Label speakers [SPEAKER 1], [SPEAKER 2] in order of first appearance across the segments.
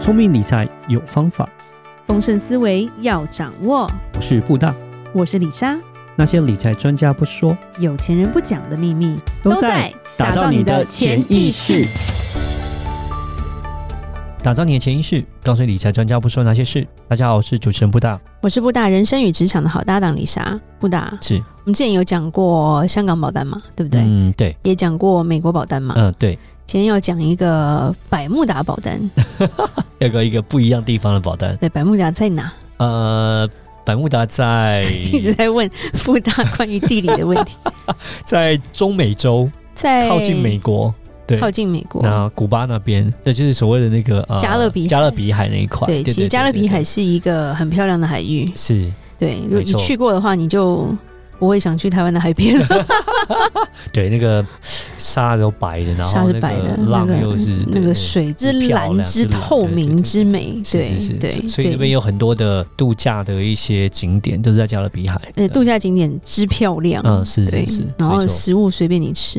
[SPEAKER 1] 聪明理财有方法，
[SPEAKER 2] 丰盛思维要掌握。
[SPEAKER 1] 我是布大。
[SPEAKER 2] 我是李莎，
[SPEAKER 1] 那些理财专家不说，
[SPEAKER 2] 有钱人不讲的秘密
[SPEAKER 1] 打造你的潜意识。，打造你的潜意识，告诉理财专家不说那些事。大家好，我是主持人布大，
[SPEAKER 2] 我是布大人生与职场的好搭档李莎。布大，
[SPEAKER 1] 是
[SPEAKER 2] 我们之前有讲过香港保单嘛，对不啊对？
[SPEAKER 1] 嗯，对，
[SPEAKER 2] 也讲过美国保单嘛。
[SPEAKER 1] 嗯、对，
[SPEAKER 2] 今天要讲一个百慕达保单，
[SPEAKER 1] 要个一个不一样地方的保单。
[SPEAKER 2] 对，百慕达在哪？
[SPEAKER 1] 呃，百慕达 在
[SPEAKER 2] 一直在问布大关于地理的问 题，
[SPEAKER 1] 在中美洲，
[SPEAKER 2] 在
[SPEAKER 1] 靠近美国，对，
[SPEAKER 2] 靠近美国。
[SPEAKER 1] 那古巴那边，这就是所谓的那个呃
[SPEAKER 2] 加勒比海
[SPEAKER 1] 加勒比海那一块。
[SPEAKER 2] 对，其实加勒比海
[SPEAKER 1] 对
[SPEAKER 2] 是一个很漂亮的海域。
[SPEAKER 1] 对是
[SPEAKER 2] 对，如果
[SPEAKER 1] 没
[SPEAKER 2] 你
[SPEAKER 1] 错
[SPEAKER 2] 去过的话，你就不会想去台湾的海边了。
[SPEAKER 1] 对那个沙都白的，然
[SPEAKER 2] 沙
[SPEAKER 1] 后
[SPEAKER 2] 是
[SPEAKER 1] 那
[SPEAKER 2] 白的
[SPEAKER 1] 个浪
[SPEAKER 2] 那个
[SPEAKER 1] 又是
[SPEAKER 2] 那个
[SPEAKER 1] 对
[SPEAKER 2] 水之
[SPEAKER 1] 漂
[SPEAKER 2] 蓝
[SPEAKER 1] 亮
[SPEAKER 2] 之
[SPEAKER 1] 之蓝
[SPEAKER 2] 透明之美，
[SPEAKER 1] 是
[SPEAKER 2] 对
[SPEAKER 1] 是是
[SPEAKER 2] 对
[SPEAKER 1] 所，所以这边
[SPEAKER 2] 有
[SPEAKER 1] 有很多的度假的一些景点，都是在加勒比海。
[SPEAKER 2] 呃度假景点之漂亮，
[SPEAKER 1] 嗯是是
[SPEAKER 2] 对
[SPEAKER 1] 是
[SPEAKER 2] 然后
[SPEAKER 1] 没错啊
[SPEAKER 2] 食物随便你吃，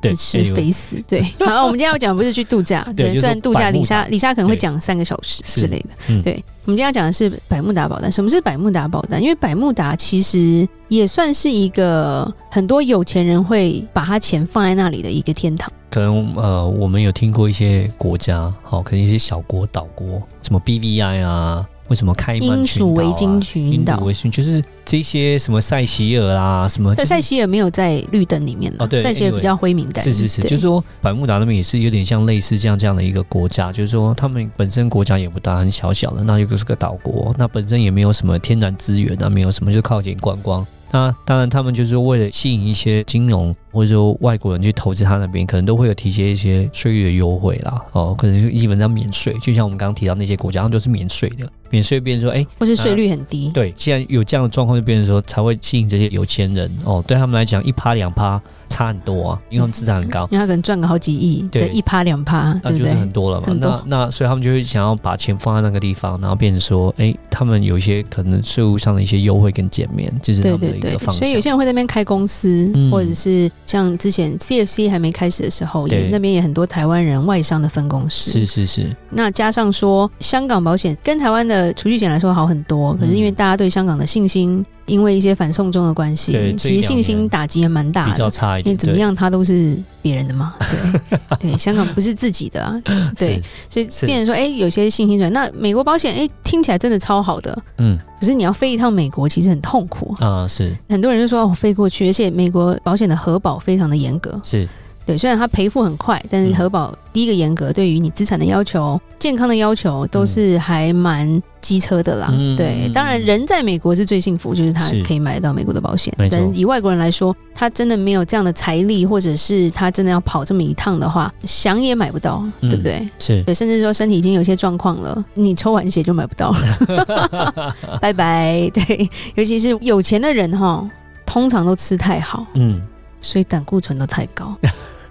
[SPEAKER 1] 对
[SPEAKER 2] 你吃
[SPEAKER 1] anyway，
[SPEAKER 2] 肥死， 对。然后我们今天要讲不是去度假，
[SPEAKER 1] 对
[SPEAKER 2] 对，
[SPEAKER 1] 就是
[SPEAKER 2] 虽然度假
[SPEAKER 1] 百慕
[SPEAKER 2] 李莎
[SPEAKER 1] 达
[SPEAKER 2] 李莎可能会
[SPEAKER 1] 对
[SPEAKER 2] 讲三个小时
[SPEAKER 1] 是
[SPEAKER 2] 之类的，
[SPEAKER 1] 嗯
[SPEAKER 2] 对。我们今天要讲的是百慕达保单，什么是百慕达保单？因为百慕达其实也算是一个很多有钱人会把他钱放在那里的一个天堂，
[SPEAKER 1] 可能呃，我们有听过一些国家，好、可能一些小国岛国，什么 BVI 啊，为什么开曼
[SPEAKER 2] 英
[SPEAKER 1] 群
[SPEAKER 2] 属
[SPEAKER 1] 岛、啊、
[SPEAKER 2] 维京群
[SPEAKER 1] 英
[SPEAKER 2] 岛
[SPEAKER 1] 属。维京就是这些什么塞西尔啦，什么、就
[SPEAKER 2] 在
[SPEAKER 1] 是、
[SPEAKER 2] 塞西尔没有在绿灯里面呢、
[SPEAKER 1] 哦对
[SPEAKER 2] 塞西尔比较灰名单。
[SPEAKER 1] 是是是，
[SPEAKER 2] 对
[SPEAKER 1] 就是说百慕达那边也是有点像类似这样这样的一个国家，就是说他们本身国家也不大，很小小的，那又是个岛国，那本身也没有什么天然资源啊，没有什么就靠近观光。那当然，他们就是为了吸引一些金融或者说外国人去投资他那边，可能都会有提些一些税率的优惠啦，哦，可能就基本上免税，就像我们刚刚提到那些国家，他们都是免税的，免税变成说，哎、
[SPEAKER 2] 或是税率很低，
[SPEAKER 1] 对，既然有这样的状况，就变成说才会吸引这些有钱人哦，对他们来讲，一趴两趴差很多啊，因为他们资产很高，
[SPEAKER 2] 因为他可能赚个好几亿，
[SPEAKER 1] 对
[SPEAKER 2] 对，一趴两趴，
[SPEAKER 1] 那
[SPEAKER 2] 对
[SPEAKER 1] 就
[SPEAKER 2] 不
[SPEAKER 1] 是
[SPEAKER 2] 对？
[SPEAKER 1] 很多了嘛。
[SPEAKER 2] 很多
[SPEAKER 1] 那那所以他们就会想要把钱放在那个地方，然后变成说，哎、他们有一些可能税务上的一些优惠跟减免，这是他
[SPEAKER 2] 对
[SPEAKER 1] 们的
[SPEAKER 2] 对
[SPEAKER 1] 一
[SPEAKER 2] 对
[SPEAKER 1] 个，方向。
[SPEAKER 2] 所以有些人会在那边开公司，
[SPEAKER 1] 嗯
[SPEAKER 2] 或者是像之前 CFC 还没开始的时候，也
[SPEAKER 1] 对
[SPEAKER 2] 那边也很多台湾人外商的分公司
[SPEAKER 1] 是。是是，
[SPEAKER 2] 那加上说，香港保险跟台湾的储蓄险来说好很多，可是
[SPEAKER 1] 嗯
[SPEAKER 2] 因为大家对香港的信心，因为一些反送中的关系
[SPEAKER 1] 对，这
[SPEAKER 2] 其
[SPEAKER 1] 一
[SPEAKER 2] 实
[SPEAKER 1] 两
[SPEAKER 2] 信心
[SPEAKER 1] 年
[SPEAKER 2] 打击也蛮大
[SPEAKER 1] 比
[SPEAKER 2] 的
[SPEAKER 1] 较。差一点。
[SPEAKER 2] 因为啊怎么样，它都是别人的嘛，对 对，香港不是自己的啊，
[SPEAKER 1] 对？
[SPEAKER 2] 对
[SPEAKER 1] 是，
[SPEAKER 2] 所以
[SPEAKER 1] 是
[SPEAKER 2] 变成说，哎、有些信心转。那美国保险，哎、听起来真的超好的，
[SPEAKER 1] 嗯
[SPEAKER 2] 可是你要飞一趟美国，其实很痛苦。
[SPEAKER 1] 啊、是
[SPEAKER 2] 很多人就说，哦我飞过去，而且美国保险的核保非常的严格。
[SPEAKER 1] 是，
[SPEAKER 2] 对，虽然它赔付很快，但是
[SPEAKER 1] 嗯
[SPEAKER 2] 核保第一个严格，对于你资产的要求、健康的要求都是还蛮机车的啦。
[SPEAKER 1] 嗯
[SPEAKER 2] 对，当然人在美国是最幸福，就是他
[SPEAKER 1] 是
[SPEAKER 2] 可以买得到美国的保险。
[SPEAKER 1] 没错
[SPEAKER 2] 但以外国人来说，他真的没有这样的财力，或者是他真的要跑这么一趟的话，想也买不到，
[SPEAKER 1] 嗯
[SPEAKER 2] 对不对？
[SPEAKER 1] 是
[SPEAKER 2] 对，甚至说身体已经有些状况了，你抽完血就买不到 了，拜拜。对，尤其是有钱的人哈，通常都吃太好，
[SPEAKER 1] 嗯，
[SPEAKER 2] 所以胆固醇都太高。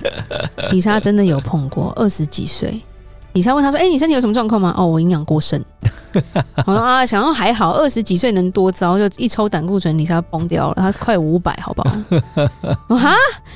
[SPEAKER 2] 李莎真的有碰过，二十几岁。李莎问他说：“哎、你身体有什么状况吗？”哦，我营养过剩。 我说啊，想要还好，二十几岁能多糟？就一抽胆固醇，李莎崩掉了，她快五百，好不好？ 我说啊，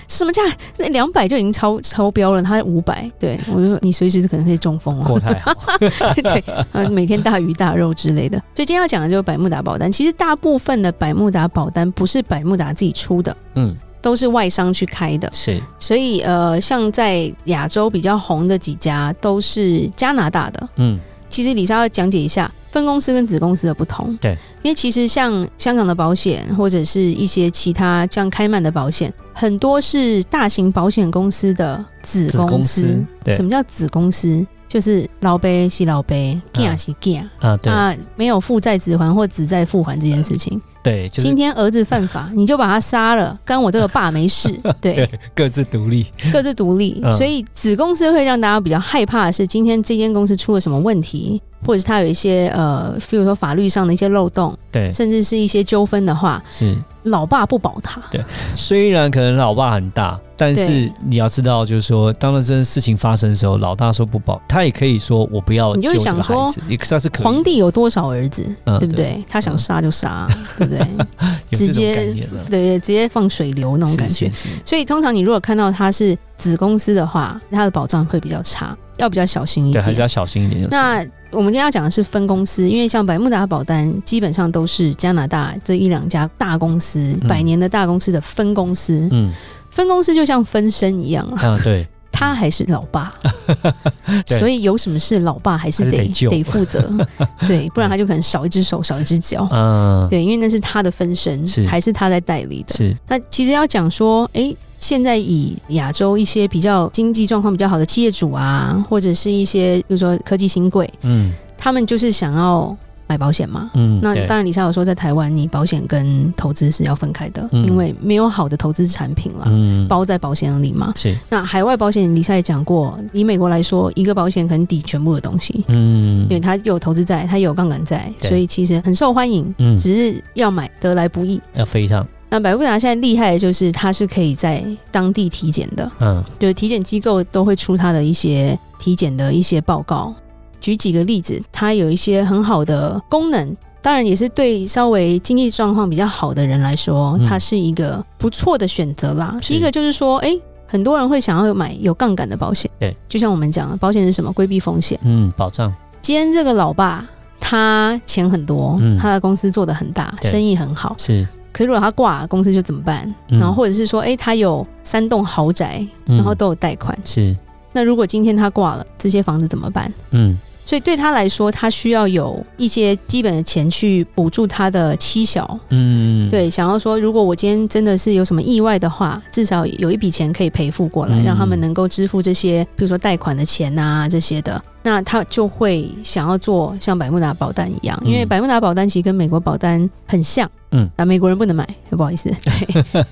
[SPEAKER 2] 什么价？那两百就已经超超标了，她五百。对我就说你随时可能可以中风 哦。
[SPEAKER 1] 过太好，
[SPEAKER 2] 对，呃，每天大鱼大肉之类的。所以今天要讲的就是百慕达保单。其实大部分的百慕达保单不是百慕达自己出的，
[SPEAKER 1] 嗯，
[SPEAKER 2] 都是外商去开的。
[SPEAKER 1] 是
[SPEAKER 2] 所以呃，像在亚洲比较红的几家都是加拿大的。
[SPEAKER 1] 嗯
[SPEAKER 2] 其实李莎要讲解一下分公司跟子公司的不同。
[SPEAKER 1] 对，
[SPEAKER 2] 因为其实像香港的保险或者是一些其他像开曼的保险，很多是大型保险公司的子
[SPEAKER 1] 子
[SPEAKER 2] 公
[SPEAKER 1] 公
[SPEAKER 2] 司。
[SPEAKER 1] 司对
[SPEAKER 2] 什么叫子公司？就是老杯是老杯，囝是囝，
[SPEAKER 1] 啊嗯对
[SPEAKER 2] 那没有负债子还或子债父还这件事情。
[SPEAKER 1] 对，就是
[SPEAKER 2] 今天儿子犯法，你就把他杀了，干我这个爸 没事。对，
[SPEAKER 1] 各自独立，
[SPEAKER 2] 各自独立，
[SPEAKER 1] 嗯
[SPEAKER 2] 所以子公司会让大家比较害怕的是，今天这间公司出了什么问题，或者是它有一些呃，比如说法律上的一些漏洞，
[SPEAKER 1] 对
[SPEAKER 2] 甚至是一些纠纷的话，
[SPEAKER 1] 是。
[SPEAKER 2] 老爸不保他。
[SPEAKER 1] 虽然可能老爸很大，但是
[SPEAKER 2] 对
[SPEAKER 1] 你要知道，就是说，当这件事情发生的时候，老大说不保，他也可以说我不要
[SPEAKER 2] 你就会
[SPEAKER 1] 救这
[SPEAKER 2] 想
[SPEAKER 1] 个
[SPEAKER 2] 说
[SPEAKER 1] 孩子，也算是可以
[SPEAKER 2] 皇帝有多少儿子，
[SPEAKER 1] 嗯
[SPEAKER 2] 对不对？他想杀就杀，对 不对？
[SPEAKER 1] 有这
[SPEAKER 2] 直
[SPEAKER 1] 种
[SPEAKER 2] 接
[SPEAKER 1] 概念了，
[SPEAKER 2] 对，直接放水流那种感觉。
[SPEAKER 1] 是是是
[SPEAKER 2] 所以通常你如果看到它是子公司的话，它的保障会比较差。要比较小心一
[SPEAKER 1] 对，
[SPEAKER 2] 点。
[SPEAKER 1] 还是要小心一点。就是
[SPEAKER 2] 那我们今天要讲的是分公司，因为像百慕达保单基本上都是加拿大这一两家大公司、
[SPEAKER 1] 嗯
[SPEAKER 2] 百年的大公司的分公司。
[SPEAKER 1] 嗯，
[SPEAKER 2] 分公司就像分身一样啊，
[SPEAKER 1] 啊，对，
[SPEAKER 2] 他还是老爸，
[SPEAKER 1] 对
[SPEAKER 2] 所以有什么事老爸还是
[SPEAKER 1] 还是
[SPEAKER 2] 得
[SPEAKER 1] 得救
[SPEAKER 2] 负责，对，不然他就可能少一只手少一只脚。
[SPEAKER 1] 嗯，
[SPEAKER 2] 对，因为那是他的分身，
[SPEAKER 1] 是
[SPEAKER 2] 还是他在代理的。
[SPEAKER 1] 是，
[SPEAKER 2] 那其实要讲说，诶，现在以亚洲一些比较经济状况比较好的企业主啊，或者是一些比如说科技新贵，
[SPEAKER 1] 嗯
[SPEAKER 2] 他们就是想要买保险嘛。
[SPEAKER 1] 嗯，
[SPEAKER 2] 那
[SPEAKER 1] 对
[SPEAKER 2] 当然，李莎有说，在台湾你保险跟投资是要分开的，
[SPEAKER 1] 嗯
[SPEAKER 2] 因为没有好的投资产品啦，
[SPEAKER 1] 嗯
[SPEAKER 2] 包在保险里嘛。
[SPEAKER 1] 是，
[SPEAKER 2] 那海外保险，李莎也讲过，以美国来说，一个保险可能抵全部的东西，
[SPEAKER 1] 嗯
[SPEAKER 2] 因为它有投资在，它有杠杆在，
[SPEAKER 1] 对
[SPEAKER 2] 所以其实很受欢迎，
[SPEAKER 1] 嗯，
[SPEAKER 2] 只是要买得来不易。
[SPEAKER 1] 要飞一趟，
[SPEAKER 2] 那百慕达现在厉害的就是，它是可以在当地体检的，
[SPEAKER 1] 嗯
[SPEAKER 2] 就是体检机构都会出它的一些体检的一些报告。举几个例子，它有一些很好的功能，当然也是对稍微经济状况比较好的人来说，
[SPEAKER 1] 嗯
[SPEAKER 2] 它是一个不错的选择啦。
[SPEAKER 1] 是
[SPEAKER 2] 第一个就是说，诶，很多人会想要买有杠杆的保险，
[SPEAKER 1] 对，
[SPEAKER 2] 就像我们讲的，保险是什么？规避风险。
[SPEAKER 1] 嗯，保障，
[SPEAKER 2] 今天这个老爸他钱很多，
[SPEAKER 1] 嗯
[SPEAKER 2] 他的公司做得很大，
[SPEAKER 1] 对
[SPEAKER 2] 生意很好，
[SPEAKER 1] 是，
[SPEAKER 2] 可是如果他挂了公司就怎么办？
[SPEAKER 1] 嗯
[SPEAKER 2] 然后或者是说，哎、他有三栋豪宅，
[SPEAKER 1] 嗯
[SPEAKER 2] 然后都有贷款，
[SPEAKER 1] 是，
[SPEAKER 2] 那如果今天他挂了，这些房子怎么办？
[SPEAKER 1] 嗯
[SPEAKER 2] 所以对他来说，他需要有一些基本的钱去补助他的妻小。
[SPEAKER 1] 嗯，
[SPEAKER 2] 对，想要说，如果我今天真的是有什么意外的话，至少有一笔钱可以赔付过来，
[SPEAKER 1] 嗯
[SPEAKER 2] 让他们能够支付这些，比如说贷款的钱啊这些的。那他就会想要做像百慕达保单一样，因为
[SPEAKER 1] 嗯
[SPEAKER 2] 百慕达保单其实跟美国保单很像，
[SPEAKER 1] 嗯，
[SPEAKER 2] 那美国人不能买，不好意思。 对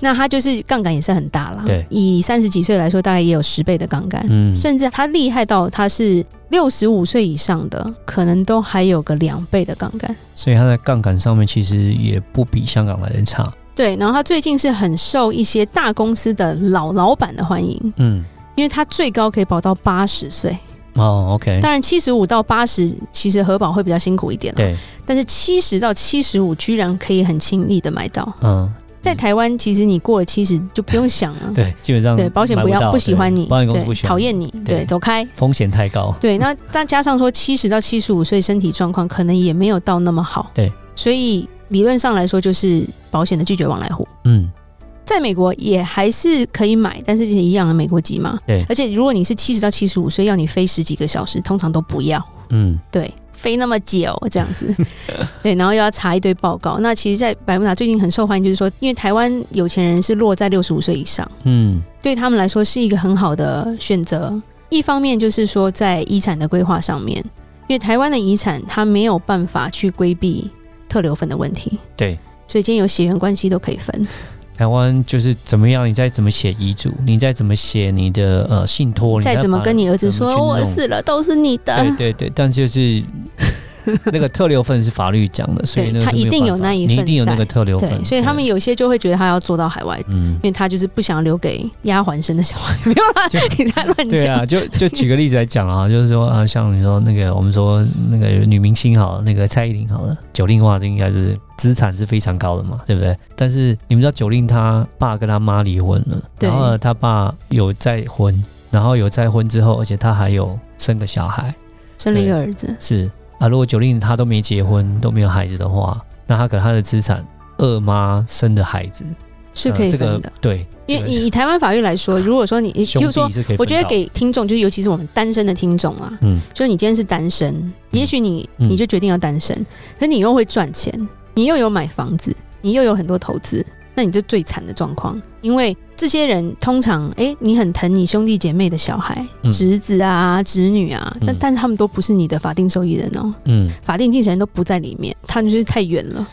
[SPEAKER 2] 那他就是杠杆也是很大啦，
[SPEAKER 1] 对
[SPEAKER 2] 以三十几岁来说，大概也有十倍的杠杆，
[SPEAKER 1] 嗯，
[SPEAKER 2] 甚至他厉害到他是六十五岁以上的，可能都还有个两倍的杠杆。
[SPEAKER 1] 所以它在杠杆上面其实也不比香港来的差，
[SPEAKER 2] 对，然后他最近是很受一些大公司的老老板的欢迎，
[SPEAKER 1] 嗯，
[SPEAKER 2] 因为他最高可以保到八十岁。
[SPEAKER 1] 哦，OK，
[SPEAKER 2] 当然，七十五到八十其实核保会比较辛苦一点了，
[SPEAKER 1] 对，
[SPEAKER 2] 但是七十到七十五居然可以很轻易的买到。
[SPEAKER 1] 嗯，。
[SPEAKER 2] 在台湾，其实你过了七十就不用想了
[SPEAKER 1] 对，基本上
[SPEAKER 2] 对，保险
[SPEAKER 1] 买
[SPEAKER 2] 不
[SPEAKER 1] 不
[SPEAKER 2] 要，
[SPEAKER 1] 到
[SPEAKER 2] 不喜欢
[SPEAKER 1] 对
[SPEAKER 2] 你，
[SPEAKER 1] 保险公司不
[SPEAKER 2] 对，
[SPEAKER 1] 喜欢，
[SPEAKER 2] 讨，厌你，对，
[SPEAKER 1] 对
[SPEAKER 2] 走开。
[SPEAKER 1] 风险太高，
[SPEAKER 2] 对，那再加上说，七十到七十五岁身体状况可能也没有到那么好，
[SPEAKER 1] 对，
[SPEAKER 2] 所以理论上来说，就是保险的拒绝往来户，
[SPEAKER 1] 嗯，
[SPEAKER 2] 在美国也还是可以买，但是也一样的美国籍嘛，
[SPEAKER 1] 对
[SPEAKER 2] 而且如果你是七十到七十五岁，要你飞十几个小时，通常都不要，
[SPEAKER 1] 嗯，
[SPEAKER 2] 对。飞那么久这样 子，对，然后又要查一堆报告。那其实，在百慕达最近很受欢迎，就是说，因为台湾有钱人是落在六十五岁以上。
[SPEAKER 1] 嗯，
[SPEAKER 2] 对他们来说是一个很好的选择。一方面就是说在遗产的规划上面，因为台湾的遗产它没有办法去规避特留分的问题，
[SPEAKER 1] 对。
[SPEAKER 2] 所以今天有血缘关系都可以分。
[SPEAKER 1] 台湾就是怎么样，你再怎么写遗嘱，你再怎么写你的呃信托，你
[SPEAKER 2] 再怎么
[SPEAKER 1] 把
[SPEAKER 2] 跟你儿子
[SPEAKER 1] 怎么去
[SPEAKER 2] 说我
[SPEAKER 1] 弄
[SPEAKER 2] 死了都是啊你的，
[SPEAKER 1] 对 对对，但是就是那个特留份是法律讲的，所以
[SPEAKER 2] 对
[SPEAKER 1] 那个
[SPEAKER 2] 他
[SPEAKER 1] 是没
[SPEAKER 2] 一定
[SPEAKER 1] 办
[SPEAKER 2] 有
[SPEAKER 1] 法
[SPEAKER 2] 那一
[SPEAKER 1] 你一
[SPEAKER 2] 份
[SPEAKER 1] 定有那
[SPEAKER 2] 在
[SPEAKER 1] 个特留
[SPEAKER 2] 对
[SPEAKER 1] 份，
[SPEAKER 2] 所以他们有些就会觉得他要做到海外，因
[SPEAKER 1] 嗯。
[SPEAKER 2] 为他就是不想留给丫鬟生的小孩。 没有啦
[SPEAKER 1] 就，
[SPEAKER 2] 你在乱
[SPEAKER 1] 对
[SPEAKER 2] 讲。
[SPEAKER 1] 啊，就就举个例子来讲啊，就是说啊，像你说那个，我们说那个女明星好了，那个蔡依林好了，九令的话，这应该是资产是非常高的嘛，对不对？但是你们知道九令他爸跟他妈离婚了，
[SPEAKER 2] 对
[SPEAKER 1] 然后他爸有再婚，然后有再婚之后，而且他还有生个小孩，
[SPEAKER 2] 生了一个儿子，
[SPEAKER 1] 是啊，如果九令他都没结婚都没有孩子的话，那他可能他的资产二妈生的孩子
[SPEAKER 2] 是可以
[SPEAKER 1] 呃这
[SPEAKER 2] 分
[SPEAKER 1] 个
[SPEAKER 2] 的。
[SPEAKER 1] 对，
[SPEAKER 2] 因
[SPEAKER 1] 这
[SPEAKER 2] 为
[SPEAKER 1] 个
[SPEAKER 2] 以以台湾法律来说，如果说你，比
[SPEAKER 1] 兄
[SPEAKER 2] 如说
[SPEAKER 1] 弟是可以分到的，
[SPEAKER 2] 我觉得给听众，就是尤其是我们单身的听众啊，
[SPEAKER 1] 嗯
[SPEAKER 2] 就是你今天是单身，也许你
[SPEAKER 1] 嗯
[SPEAKER 2] 你就决定要单身，可你又会赚钱，你又有买房子，你又有很多投资，那你就最惨的状况，因为这些人通常，诶，你很疼你兄弟姐妹的小孩、
[SPEAKER 1] 嗯
[SPEAKER 2] 侄子啊、侄女啊，但
[SPEAKER 1] 嗯
[SPEAKER 2] 但是他们都不是你的法定受益人哦，
[SPEAKER 1] 嗯
[SPEAKER 2] 法定继承人都不在里面，他们就是太远了。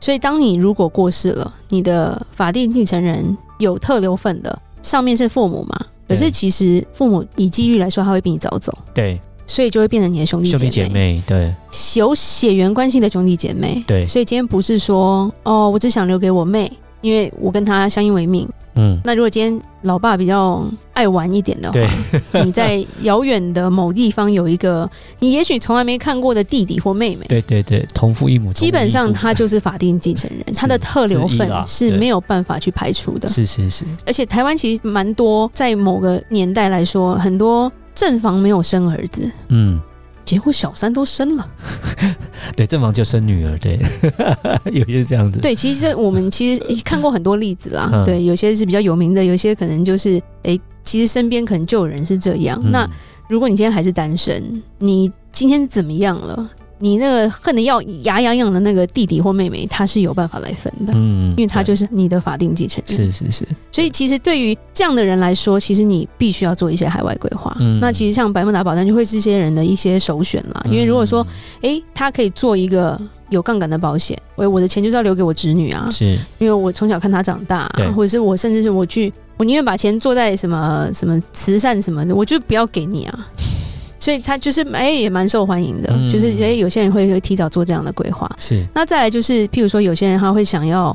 [SPEAKER 2] 所以，当你如果过世了，你的法定继承人有特留份的，上面是父母嘛，可是
[SPEAKER 1] 对
[SPEAKER 2] 其实父母以机遇来说，他会比你早走，
[SPEAKER 1] 对
[SPEAKER 2] 所以就会变成你的兄弟
[SPEAKER 1] 兄
[SPEAKER 2] 姐妹，
[SPEAKER 1] 弟姐妹对
[SPEAKER 2] 有血缘关系的兄弟姐妹。
[SPEAKER 1] 对
[SPEAKER 2] 所以今天不是说哦，我只想留给我妹，因为我跟她相依为命。
[SPEAKER 1] 嗯
[SPEAKER 2] 那如果今天老爸比较爱玩一点的
[SPEAKER 1] 对
[SPEAKER 2] 话，你在遥远的某地方有一个你也许从来没看过的弟弟或妹妹，
[SPEAKER 1] 对对对，同父异母，
[SPEAKER 2] 基本上 他就是法定继承人，他的特留
[SPEAKER 1] 之一
[SPEAKER 2] 份
[SPEAKER 1] 啦
[SPEAKER 2] 是没有办法去排除
[SPEAKER 1] 同
[SPEAKER 2] 的
[SPEAKER 1] 父异。父是是是，
[SPEAKER 2] 而且台湾其实蛮多，在某个年代来说，很多正房没有生儿子，
[SPEAKER 1] 嗯，
[SPEAKER 2] 结果小三都生了。
[SPEAKER 1] 对，正房就生女儿，对， 有些是这样子，，
[SPEAKER 2] 对，其实这我们 其实看过很多例子啦。
[SPEAKER 1] 嗯
[SPEAKER 2] 对，有些是比较有名的，有些可能就是诶，其实身边可能就有人是这样。啊
[SPEAKER 1] 嗯
[SPEAKER 2] 那如果你今天还是单身，你今天怎么样了？你那个恨得要牙痒痒的那个弟弟或妹妹，他是有办法来分的，
[SPEAKER 1] 嗯，
[SPEAKER 2] 因为他啊就是你的法定继承人。
[SPEAKER 1] 是是是，
[SPEAKER 2] 所以其实对于这样的人来说，其实你必须要做一些海外规划。
[SPEAKER 1] 嗯
[SPEAKER 2] 那其实像百慕达保单就会是这些人的一些首选啦，因为如果说诶，他可以做一个有杠杆的保险，我我的钱就是要留给我侄女啊
[SPEAKER 1] 嗯，是
[SPEAKER 2] 因为我从小看她长大
[SPEAKER 1] 对，
[SPEAKER 2] 或者是我甚至是我去，我宁愿把钱做在什么什么慈善什么的，我就不要给你 啊。所以他就是诶也蛮受欢迎的，
[SPEAKER 1] 嗯
[SPEAKER 2] 就是诶有些人会会提早做这样的规划。
[SPEAKER 1] 是，
[SPEAKER 2] 那再来就是，譬如说有些人他会想要，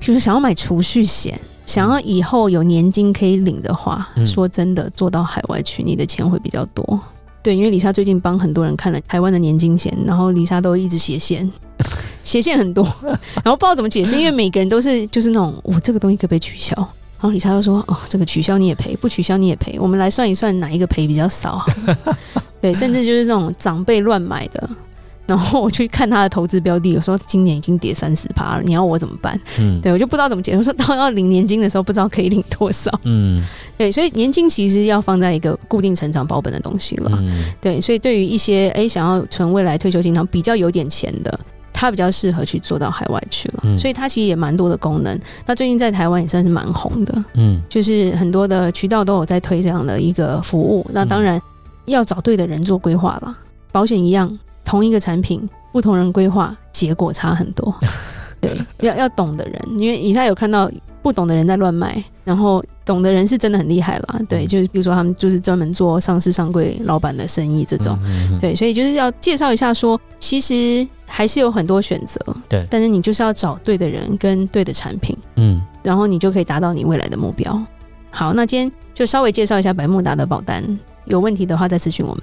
[SPEAKER 2] 譬如说想要买储蓄险，想要以后有年金可以领的话，
[SPEAKER 1] 嗯
[SPEAKER 2] 说真的，做到海外去，你的钱会比较多。对，因为李莎最近帮很多人看了台湾的年金险，然后李莎都一直 斜线，斜线很多，然后不知道怎么解释，因为每个人都是就是那种，我、哦这个东西可不可以取消？然后李莎就说：“哦，这个取消你也赔，不取消你也赔，我们来算一算哪一个赔比 较少。”对，甚至就是那种长辈乱买的，然后我去看他的投资标的，我说今年已经跌三十趴了，你要我怎么办？
[SPEAKER 1] 嗯
[SPEAKER 2] 对我就不知道怎么解释。我说到要领年金的时候，不知道可以领多少。
[SPEAKER 1] 嗯
[SPEAKER 2] 对，所以年金其实要放在一个固定成长保本的东西了。
[SPEAKER 1] 嗯
[SPEAKER 2] 对，所以对于一些诶想要存未来退休金，然后比较有点钱的，它比较适合去做到海外去了。
[SPEAKER 1] 嗯
[SPEAKER 2] 所以它其实也蛮多的功能。那最近在台湾也算是蛮红的，
[SPEAKER 1] 嗯，
[SPEAKER 2] 就是很多的渠道都有在推这样的一个服务。
[SPEAKER 1] 嗯
[SPEAKER 2] 那当然要找对的人做规划啦，保险一样，同一个产品，不同人规划，结果差很多。 对， 要要懂的人，因为以下有看到不懂的人在乱卖，然后懂的人是真的很厉害
[SPEAKER 1] 嗯
[SPEAKER 2] 啦。对，就是比如说他们就是专门做上市上柜老板的生意这种。
[SPEAKER 1] 嗯，
[SPEAKER 2] 对，所以就是要介绍一下说，其实还是有很多选择，
[SPEAKER 1] 对
[SPEAKER 2] 但是你就是要找对的人跟对的产品。
[SPEAKER 1] 嗯
[SPEAKER 2] 然后你就可以达到你未来的目标。好，那今天就稍微介绍一下百慕达的保单，有问题的话再咨询我们。